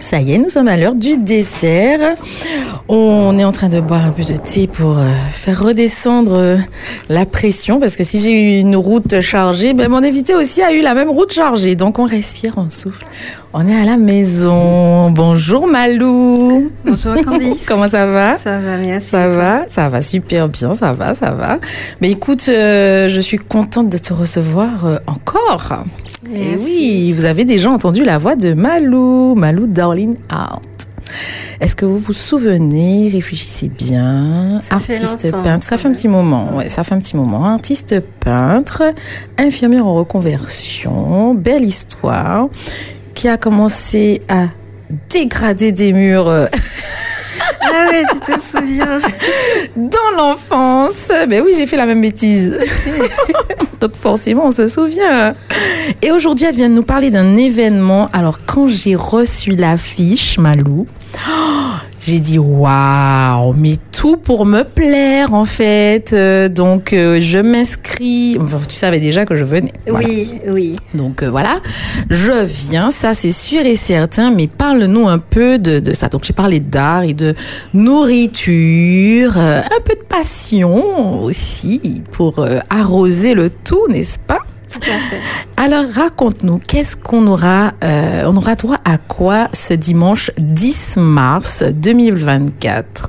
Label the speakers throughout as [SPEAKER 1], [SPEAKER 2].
[SPEAKER 1] ça y est, nous sommes à l'heure du dessert. On est en train de boire un peu de thé pour euh, faire redescendre euh, la pression, parce que si j'ai eu une route chargée, ben, mon invité aussi a eu la même route chargée. Donc on respire, on souffle. On est à la maison. Bonjour Malou.
[SPEAKER 2] Bonjour Candice.
[SPEAKER 1] Comment ça va
[SPEAKER 2] Ça va, merci.
[SPEAKER 1] Ça
[SPEAKER 2] et toi
[SPEAKER 1] va, ça va super bien, ça va, ça va. Mais écoute, euh, je suis contente de te recevoir euh, encore. Et
[SPEAKER 2] Merci.
[SPEAKER 1] Eh oui, vous avez déjà entendu la voix de Malou, Malou Darling Hart. Est-ce que vous vous souvenez Réfléchissez bien.
[SPEAKER 2] Ça fait
[SPEAKER 1] Artiste
[SPEAKER 2] longtemps,
[SPEAKER 1] peintre, ça
[SPEAKER 2] quand
[SPEAKER 1] fait un
[SPEAKER 2] même.
[SPEAKER 1] petit moment. Ouais, ça fait un petit moment. Artiste peintre, infirmière en reconversion, belle histoire, qui a commencé à dégrader des murs euh,
[SPEAKER 2] Ah ouais, tu te souviens
[SPEAKER 1] Dans l'enfance, ben oui, j'ai fait la même bêtise. Donc forcément, on se souvient. Et aujourd'hui, elle vient de nous parler d'un événement. Alors, quand j'ai reçu l'affiche, Malou, oh, j'ai dit waouh, mais tout pour me plaire en fait. Euh, donc, euh, je m'inscris. Enfin, tu savais déjà que je venais. Voilà.
[SPEAKER 2] Oui, oui.
[SPEAKER 1] Donc euh, voilà, je viens, ça c'est sûr et certain, mais parle-nous un peu de, de ça. Donc j'ai parlé d'art et de nourriture, euh, un peu de passion aussi pour euh, arroser le tout, n'est-ce pas
[SPEAKER 2] Tout à fait.
[SPEAKER 1] Alors raconte-nous, qu'est-ce qu'on aura, euh, on aura droit à quoi ce dimanche 10 mars 2024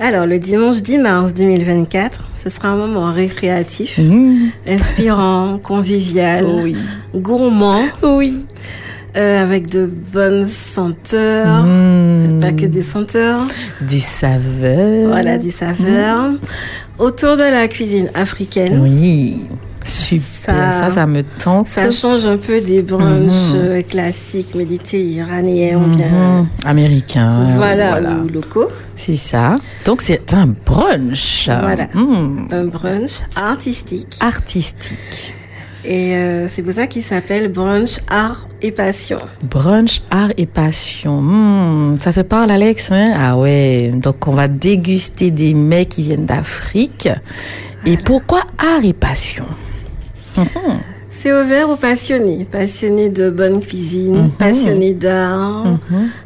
[SPEAKER 2] Alors, le dimanche 10 mars 2024, ce sera un moment récréatif,
[SPEAKER 1] Mmh.
[SPEAKER 2] inspirant, convivial,
[SPEAKER 1] Oh Oui.
[SPEAKER 2] gourmand,
[SPEAKER 1] Oui.
[SPEAKER 2] euh, avec de bonnes senteurs.
[SPEAKER 1] Mm. Mmh.
[SPEAKER 2] Pas que des senteurs,
[SPEAKER 1] Des saveurs.
[SPEAKER 2] voilà des saveurs. Autour de la cuisine africaine,
[SPEAKER 1] Mm. Oui, super. Ça,
[SPEAKER 2] Ça-
[SPEAKER 1] ça, me tente.
[SPEAKER 2] ça change un peu des brunchs
[SPEAKER 1] Mhm.
[SPEAKER 2] euh, classiques méditerranéens ou bien
[SPEAKER 1] Mhm. Américain.
[SPEAKER 2] voilà,
[SPEAKER 1] voilà.
[SPEAKER 2] ou locaux.
[SPEAKER 1] C'est ça. Donc, c'est un brunch.
[SPEAKER 2] Voilà.
[SPEAKER 1] Mhm.
[SPEAKER 2] Un brunch artistique.
[SPEAKER 1] Artistique.
[SPEAKER 2] Et euh, c'est pour ça qu'il s'appelle Brunch Art et Passion.
[SPEAKER 1] Brunch, art et passion. Mhm. Ça te parle, Alex hein Ah ouais. Donc, on va déguster des mets qui viennent d'Afrique. Et pourquoi art et passion
[SPEAKER 2] C'est ouvert aux passionnés, passionnés de bonne cuisine,
[SPEAKER 1] Mhm.
[SPEAKER 2] passionnés d'art,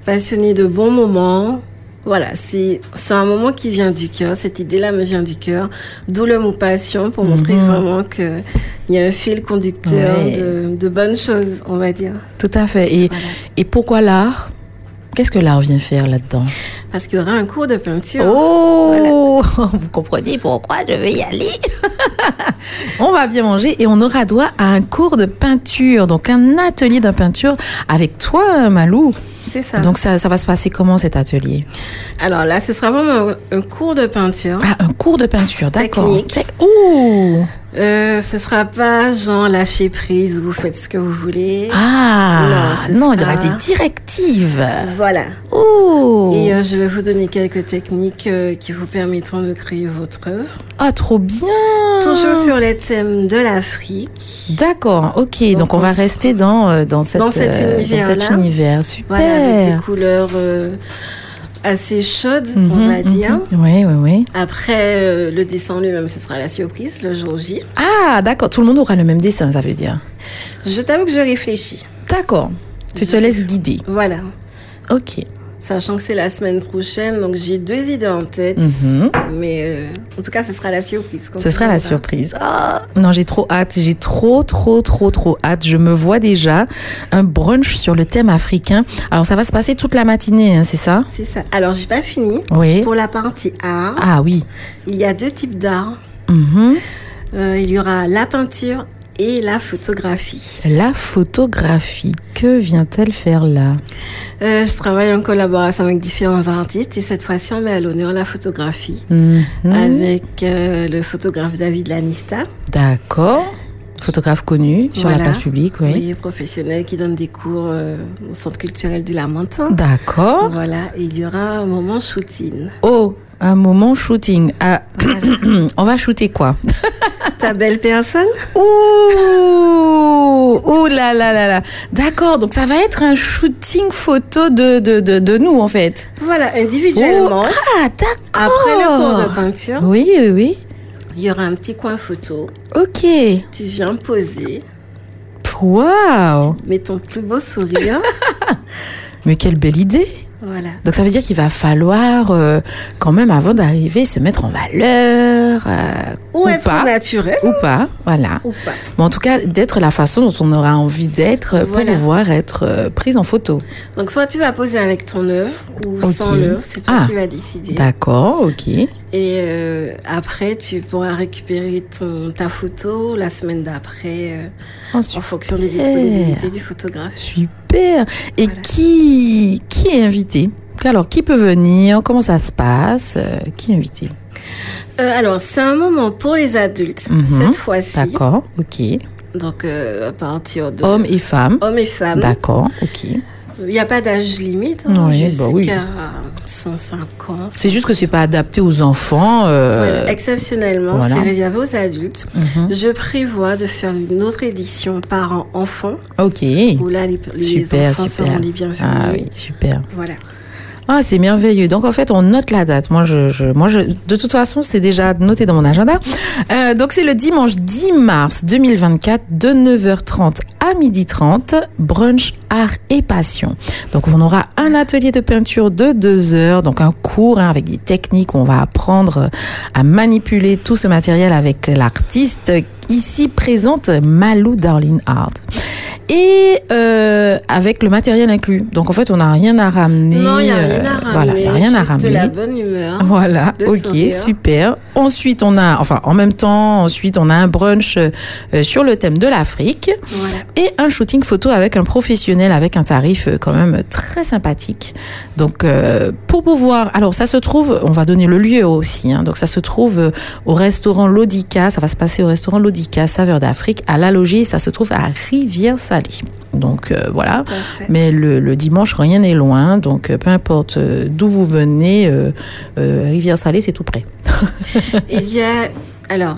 [SPEAKER 2] passionnés de bons moments. Voilà, c'est c'est un moment qui vient du cœur, cette idée-là me vient du cœur, d'où le mot passion pour montrer vraiment que il y a un fil conducteur
[SPEAKER 1] Mhm. Ouais.
[SPEAKER 2] de, de bonnes choses, on va dire.
[SPEAKER 1] Tout à fait. Et,
[SPEAKER 2] Voilà.
[SPEAKER 1] et pourquoi l'art Qu'est-ce que l'art vient faire là-dedans
[SPEAKER 2] Parce qu'il y aura un cours de peinture.
[SPEAKER 1] Oh, vous comprenez pourquoi je vais y aller. on va bien manger et on aura droit à un cours de peinture, donc un atelier de peinture avec toi, Malou.
[SPEAKER 2] C'est ça.
[SPEAKER 1] Donc ça, ça va se passer comment cet atelier
[SPEAKER 2] Alors là, ce sera vraiment un, un cours de peinture.
[SPEAKER 1] Ah, un cours de peinture, d'accord.
[SPEAKER 2] Technique.
[SPEAKER 1] Tec- Ouh,
[SPEAKER 2] Euh, ce sera pas genre lâcher prise, vous faites ce que vous voulez.
[SPEAKER 1] ah,
[SPEAKER 2] Non, ce
[SPEAKER 1] non, il y
[SPEAKER 2] sera-
[SPEAKER 1] aura des directives.
[SPEAKER 2] Voilà.
[SPEAKER 1] Ouh,
[SPEAKER 2] Et euh, je vais vous donner quelques techniques euh, qui vous permettront de créer votre œuvre.
[SPEAKER 1] ah, trop bien.
[SPEAKER 2] Toujours
[SPEAKER 1] Oh.
[SPEAKER 2] sur les thèmes de l'Afrique.
[SPEAKER 1] D'accord, ok. Donc,
[SPEAKER 2] Donc,
[SPEAKER 1] on,
[SPEAKER 2] on
[SPEAKER 1] va
[SPEAKER 2] s-
[SPEAKER 1] rester dans euh, dans, cette,
[SPEAKER 2] dans cet
[SPEAKER 1] euh, dans cet
[SPEAKER 2] univers-là.
[SPEAKER 1] univers. Super.
[SPEAKER 2] Voilà, avec des couleurs euh, assez chaudes, on
[SPEAKER 1] Mhm,
[SPEAKER 2] va dire.
[SPEAKER 1] mhm. Oui, oui, oui.
[SPEAKER 2] Après, euh, le dessin lui-même, ce sera la surprise le jour J.
[SPEAKER 1] Ah, d'accord. Tout le monde aura le même dessin, ça veut dire.
[SPEAKER 2] Je t'avoue que je réfléchis.
[SPEAKER 1] D'accord. Tu te laisses guider.
[SPEAKER 2] Voilà.
[SPEAKER 1] Ok.
[SPEAKER 2] Sachant que c'est la semaine prochaine, donc j'ai deux idées en tête.
[SPEAKER 1] Mhm.
[SPEAKER 2] Mais euh, en tout cas, ce sera la surprise. quand
[SPEAKER 1] Ce
[SPEAKER 2] on
[SPEAKER 1] sera la
[SPEAKER 2] verra.
[SPEAKER 1] surprise. Ah non, j'ai trop hâte. J'ai trop, trop, trop, trop hâte. Je me vois déjà un brunch sur le thème africain. Alors, ça va se passer toute la matinée, hein, c'est ça
[SPEAKER 2] C'est ça. Alors, j'ai pas fini.
[SPEAKER 1] Oui.
[SPEAKER 2] Pour la partie art,
[SPEAKER 1] Ah oui.
[SPEAKER 2] il y a deux types d'art.
[SPEAKER 1] Mhm.
[SPEAKER 2] Euh, il y aura la peinture et la photographie.
[SPEAKER 1] La photographie, que vient-elle faire là
[SPEAKER 2] Euh, je travaille en collaboration avec différents artistes et cette fois-ci, on met à l'honneur la photographie
[SPEAKER 1] Mhm.
[SPEAKER 2] avec euh, le photographe David Lanista,
[SPEAKER 1] D'accord. Photographe connu sur la
[SPEAKER 2] Voilà.
[SPEAKER 1] place publique, oui.
[SPEAKER 2] oui, professionnel qui donne des cours euh, au Centre culturel du Lamentin. Oh.
[SPEAKER 1] D'accord.
[SPEAKER 2] Voilà, et il y aura un moment shooting.
[SPEAKER 1] Oh, un moment shooting. Ah, on va shooter quoi
[SPEAKER 2] Ta belle personne
[SPEAKER 1] Ouh, ouh là là là là. D'accord, donc ça va être un shooting photo de, de, de, de nous en fait.
[SPEAKER 2] Voilà,
[SPEAKER 1] Oh,
[SPEAKER 2] individuellement.
[SPEAKER 1] ah, d'accord.
[SPEAKER 2] Après le cours de peinture,
[SPEAKER 1] Oui, oui, oui.
[SPEAKER 2] il y aura un petit coin photo.
[SPEAKER 1] Ok.
[SPEAKER 2] Tu viens poser,
[SPEAKER 1] Waouh.
[SPEAKER 2] mets ton plus beau sourire
[SPEAKER 1] Mais quelle belle idée
[SPEAKER 2] Voilà.
[SPEAKER 1] Donc ça veut dire qu'il va falloir euh, quand même avant d'arriver se mettre en valeur euh,
[SPEAKER 2] Ou, être
[SPEAKER 1] pas.
[SPEAKER 2] naturel
[SPEAKER 1] ou pas, voilà.
[SPEAKER 2] ou pas.
[SPEAKER 1] Mais en tout cas d'être la façon dont on aura envie d'être euh, pour
[SPEAKER 2] Voilà.
[SPEAKER 1] pouvoir être euh, prise en photo.
[SPEAKER 2] Donc soit tu vas poser avec ton œuvre ou
[SPEAKER 1] Ok.
[SPEAKER 2] sans l'œuvre, c'est toi
[SPEAKER 1] Ah.
[SPEAKER 2] qui vas décider.
[SPEAKER 1] D'accord, ok.
[SPEAKER 2] Et euh, après, tu pourras récupérer ton, ta photo la semaine d'après euh, en
[SPEAKER 1] Ensuite,
[SPEAKER 2] fonction des disponibilités du photographe.
[SPEAKER 1] Super. Et
[SPEAKER 2] Voilà.
[SPEAKER 1] qui qui est invité Alors qui peut venir Comment ça se passe Euh, Qui est invité
[SPEAKER 2] Euh, alors, c'est un moment pour les adultes
[SPEAKER 1] Mhm.
[SPEAKER 2] cette fois-ci.
[SPEAKER 1] D'accord, ok.
[SPEAKER 2] Donc, euh, à partir de
[SPEAKER 1] Hommes et femmes.
[SPEAKER 2] hommes et femmes.
[SPEAKER 1] D'accord, ok.
[SPEAKER 2] Il n'y a pas d'âge limite, hein,
[SPEAKER 1] Oui,
[SPEAKER 2] jusqu'à
[SPEAKER 1] bah oui.
[SPEAKER 2] 105 ans.
[SPEAKER 1] C'est juste que c'est euh, pas adapté aux enfants. euh,
[SPEAKER 2] Voilà, Exceptionnellement,
[SPEAKER 1] voilà.
[SPEAKER 2] c'est réservé aux adultes.
[SPEAKER 1] mhm.
[SPEAKER 2] Je prévois de faire une autre édition parents-enfants,
[SPEAKER 1] Ok.
[SPEAKER 2] où là, les, les
[SPEAKER 1] Super,
[SPEAKER 2] enfants
[SPEAKER 1] super.
[SPEAKER 2] seront les bienvenus.
[SPEAKER 1] Ah oui, super.
[SPEAKER 2] Voilà.
[SPEAKER 1] Ah, c'est merveilleux. Donc en fait, on note la date. Moi, je, je- moi je, de toute façon, c'est déjà noté dans mon agenda. Euh, donc c'est le dimanche 10 mars 2024 de 9h30 à 12h30, brunch art et passion. Donc on aura un atelier de peinture de 2 heures, donc un cours hein, avec des techniques. où On va apprendre à manipuler tout ce matériel avec l'artiste ici présente, Malou Darling Art. Et euh, avec le matériel inclus. Donc en fait, on n'a rien à ramener.
[SPEAKER 2] non, il n'y a
[SPEAKER 1] euh,
[SPEAKER 2] rien à ramener.
[SPEAKER 1] Voilà, il n'y a rien à
[SPEAKER 2] juste
[SPEAKER 1] ramener. Ah
[SPEAKER 2] de la bonne humeur.
[SPEAKER 1] Voilà,
[SPEAKER 2] Le
[SPEAKER 1] ok,
[SPEAKER 2] sourire.
[SPEAKER 1] super. Ensuite, on a, enfin, en même temps, ensuite, on a un brunch euh, sur le thème de l'Afrique
[SPEAKER 2] Voilà.
[SPEAKER 1] et un shooting photo avec un professionnel avec un tarif euh, quand même très sympathique. Donc, euh, pour pouvoir, alors ça se trouve, on va donner le lieu aussi, hein. donc ça se trouve euh, au restaurant Lodica, ça va se passer au restaurant Lodica, Saveur d'Afrique, à la logis, ça se trouve à Rivière-Salée. Donc euh, voilà,
[SPEAKER 2] Parfait.
[SPEAKER 1] mais le, le dimanche, rien n'est loin. Donc, euh, peu importe euh, d'où vous venez, euh, euh, Rivière-Salée, c'est tout près.
[SPEAKER 2] Il y a, alors,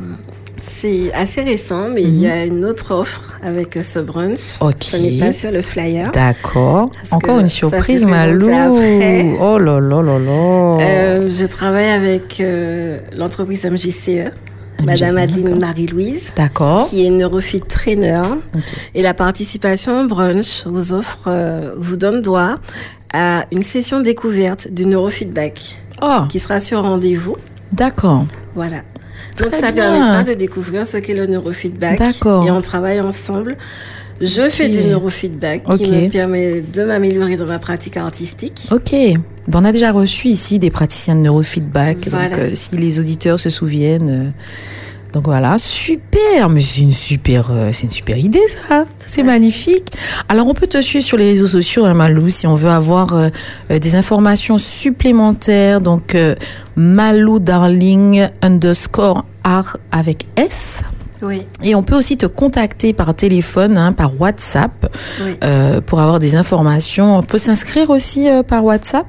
[SPEAKER 2] c'est assez récent, mais il y a une autre offre avec euh, ce brunch.
[SPEAKER 1] Ok.
[SPEAKER 2] Ce n'est pas sur le flyer.
[SPEAKER 1] D'accord.
[SPEAKER 2] Parce
[SPEAKER 1] Encore
[SPEAKER 2] que
[SPEAKER 1] une
[SPEAKER 2] ça,
[SPEAKER 1] surprise,
[SPEAKER 2] c'est présenté
[SPEAKER 1] Malou.
[SPEAKER 2] après.
[SPEAKER 1] Oh là là là là.
[SPEAKER 2] Euh, je travaille avec euh, l'entreprise MJCE,
[SPEAKER 1] MJCE,
[SPEAKER 2] E, Madame Adeline
[SPEAKER 1] d'accord.
[SPEAKER 2] Marie-Louise,
[SPEAKER 1] D'accord.
[SPEAKER 2] qui est neurophyte trainer.
[SPEAKER 1] Oh. Ok.
[SPEAKER 2] Et la participation au brunch vous offre, euh, vous donne droit à une session découverte du neurofeedback
[SPEAKER 1] Oh,
[SPEAKER 2] qui sera sur rendez-vous.
[SPEAKER 1] d'accord.
[SPEAKER 2] Voilà. Donc
[SPEAKER 1] Très
[SPEAKER 2] ça
[SPEAKER 1] bien.
[SPEAKER 2] permettra de découvrir ce qu'est le neurofeedback.
[SPEAKER 1] D'accord.
[SPEAKER 2] Et on travaille ensemble. Je fais du neurofeedback
[SPEAKER 1] Ok.
[SPEAKER 2] qui me permet de m'améliorer dans ma pratique artistique.
[SPEAKER 1] Ok. Bon, on a déjà reçu ici des praticiens de neurofeedback.
[SPEAKER 2] Voilà.
[SPEAKER 1] Donc, euh, si les auditeurs se souviennent. euh, donc voilà, super, mais c'est une super, euh, c'est une super idée ça, c'est magnifique. Alors on peut te suivre sur les réseaux sociaux, hein, Malou, si on veut avoir euh, euh, des informations supplémentaires. Donc euh, Malou Darling underscore art avec S.
[SPEAKER 2] Oui,
[SPEAKER 1] Et on peut aussi te contacter par téléphone, hein, par WhatsApp,
[SPEAKER 2] oui.
[SPEAKER 1] euh, pour avoir des informations. On peut s'inscrire aussi euh, par WhatsApp.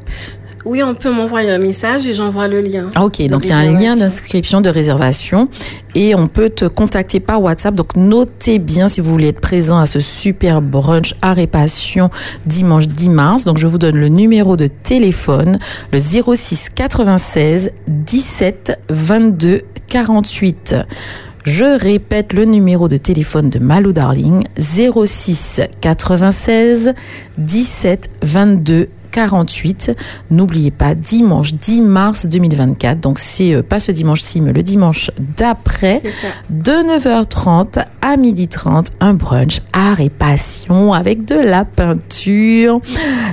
[SPEAKER 2] Oui, on peut m'envoyer un message et j'envoie le lien.
[SPEAKER 1] Ah, ok, donc il y a un
[SPEAKER 2] réservation.
[SPEAKER 1] lien d'inscription, de réservation, et on peut te contacter par WhatsApp. Donc notez bien si vous voulez être présent à ce super brunch art et passion dimanche 10 mars. Donc je vous donne le numéro de téléphone, le 06 96 17 22 48. Je répète le numéro de téléphone de Malou Darling 06 96 17 22 48. N'oubliez pas, dimanche 10 mars 2024, donc c'est euh, pas ce dimanche-ci, mais le dimanche d'après,
[SPEAKER 2] C'est ça.
[SPEAKER 1] de 9h30 à 12h30, un brunch art et passion avec de la peinture,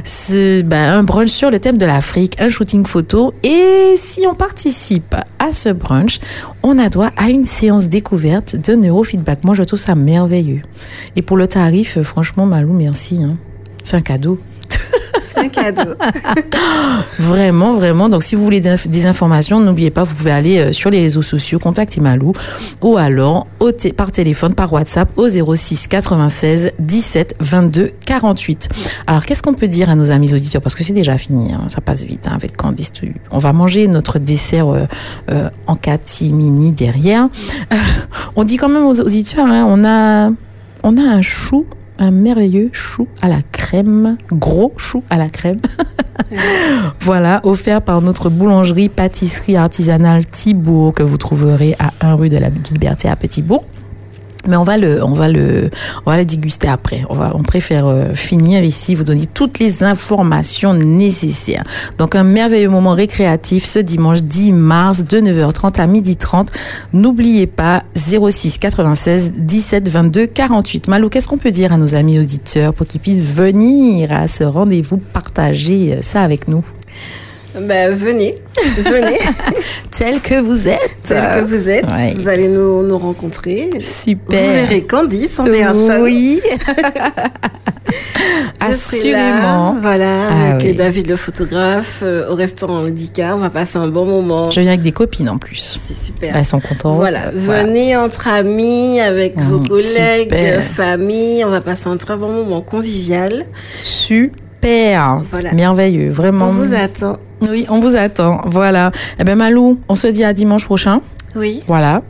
[SPEAKER 1] ce- ben, un brunch sur le thème de l'Afrique, un shooting photo. Et si on participe à ce brunch, on a droit à une séance découverte de neurofeedback. Moi, je trouve ça merveilleux. Et pour le tarif, euh, franchement, Malou, merci. hein. C'est un cadeau.
[SPEAKER 2] C'est un cadeau.
[SPEAKER 1] Vraiment, vraiment. Donc, si vous voulez d'inf- des informations, n'oubliez pas, vous pouvez aller euh, sur les réseaux sociaux, contactez Malou, ou alors au té- par téléphone, par WhatsApp, au 06 96 17 22 48. Alors, qu'est-ce qu'on peut dire à nos amis auditeurs Parce que c'est déjà fini, hein, ça passe vite hein, avec Candice. Tu- On va manger notre dessert euh, euh, en catimini derrière. on dit quand même aux auditeurs, hein, on, a, on a un chou, un merveilleux chou à la crème, gros chou à la crème. Voilà, offert par notre boulangerie pâtisserie artisanale Thibault que vous trouverez à 1 rue de la Liberté à Petitbourg. Mais on va le, on va le, on va le déguster après. On va, on préfère euh, finir ici, vous donner toutes les informations nécessaires. Donc un merveilleux moment récréatif ce dimanche 10 mars de 9h30 à 12h30. N'oubliez pas 06 96 17 22 48. Malou, qu'est-ce qu'on peut dire à nos amis auditeurs pour qu'ils puissent venir à ce rendez-vous, partager euh, ça avec nous?
[SPEAKER 2] Ben, venez, venez.
[SPEAKER 1] Tel que vous êtes.
[SPEAKER 2] Tel que vous êtes.
[SPEAKER 1] Euh, Ouais.
[SPEAKER 2] Vous allez nous, nous rencontrer.
[SPEAKER 1] Super.
[SPEAKER 2] Vous verrez Candice en personne.
[SPEAKER 1] Oui.
[SPEAKER 2] Je serai là,
[SPEAKER 1] Assurément.
[SPEAKER 2] voilà,
[SPEAKER 1] Ah
[SPEAKER 2] avec
[SPEAKER 1] oui.
[SPEAKER 2] David le photographe euh, au restaurant Ludica. On va passer un bon moment.
[SPEAKER 1] Je viens avec des copines en plus.
[SPEAKER 2] C'est super.
[SPEAKER 1] Elles sont contentes.
[SPEAKER 2] Voilà,
[SPEAKER 1] Euh, voilà.
[SPEAKER 2] venez entre amis, avec vos
[SPEAKER 1] Mm,
[SPEAKER 2] collègues,
[SPEAKER 1] super.
[SPEAKER 2] famille. On va passer un très bon moment convivial.
[SPEAKER 1] Super.
[SPEAKER 2] Voilà.
[SPEAKER 1] Merveilleux, vraiment.
[SPEAKER 2] On vous attend.
[SPEAKER 1] Oui, on vous attend. Voilà. Eh ben Malou, on se dit à dimanche prochain.
[SPEAKER 2] Oui.
[SPEAKER 1] Voilà.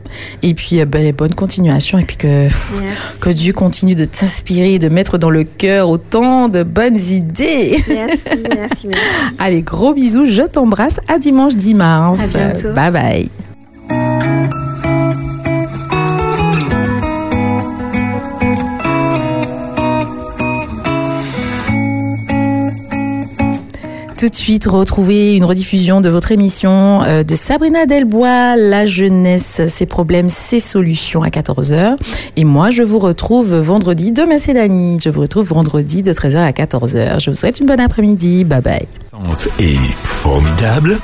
[SPEAKER 1] Et puis eh ben, bonne continuation et puis que pff,
[SPEAKER 2] Yes.
[SPEAKER 1] que Dieu continue de t'inspirer, de mettre dans le cœur autant de bonnes idées.
[SPEAKER 2] Merci, merci, merci.
[SPEAKER 1] Allez, gros bisous, je t'embrasse. À dimanche 10 mars.
[SPEAKER 2] À bientôt.
[SPEAKER 1] Bye bye. Tout de suite, retrouver une rediffusion de votre émission euh, de Sabrina Delbois, La jeunesse, ses problèmes, ses solutions à 14h. Et moi, je vous retrouve vendredi. Demain, c'est Dani. Je vous retrouve vendredi de 13h à 14h. Je vous souhaite une bonne après-midi. Bye bye.
[SPEAKER 3] Puissantes et formidables,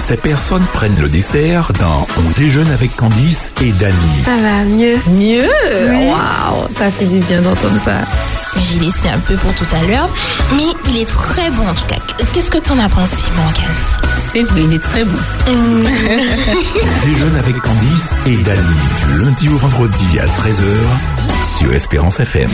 [SPEAKER 3] ces personnes prennent le dessert dans On déjeune avec Candice et Dany.
[SPEAKER 2] Ça va mieux.
[SPEAKER 1] Mieux
[SPEAKER 2] Oui.
[SPEAKER 1] Waouh Ça fait du bien d'entendre ça.
[SPEAKER 4] J'ai laissé un peu pour tout à l'heure, mais il est très bon en tout cas. Qu'est-ce que t'en as pensé, Morgane
[SPEAKER 5] C'est vrai, il est très bon.
[SPEAKER 3] On déjeune avec Candice et Dany du lundi au vendredi à 13h sur Espérance FM.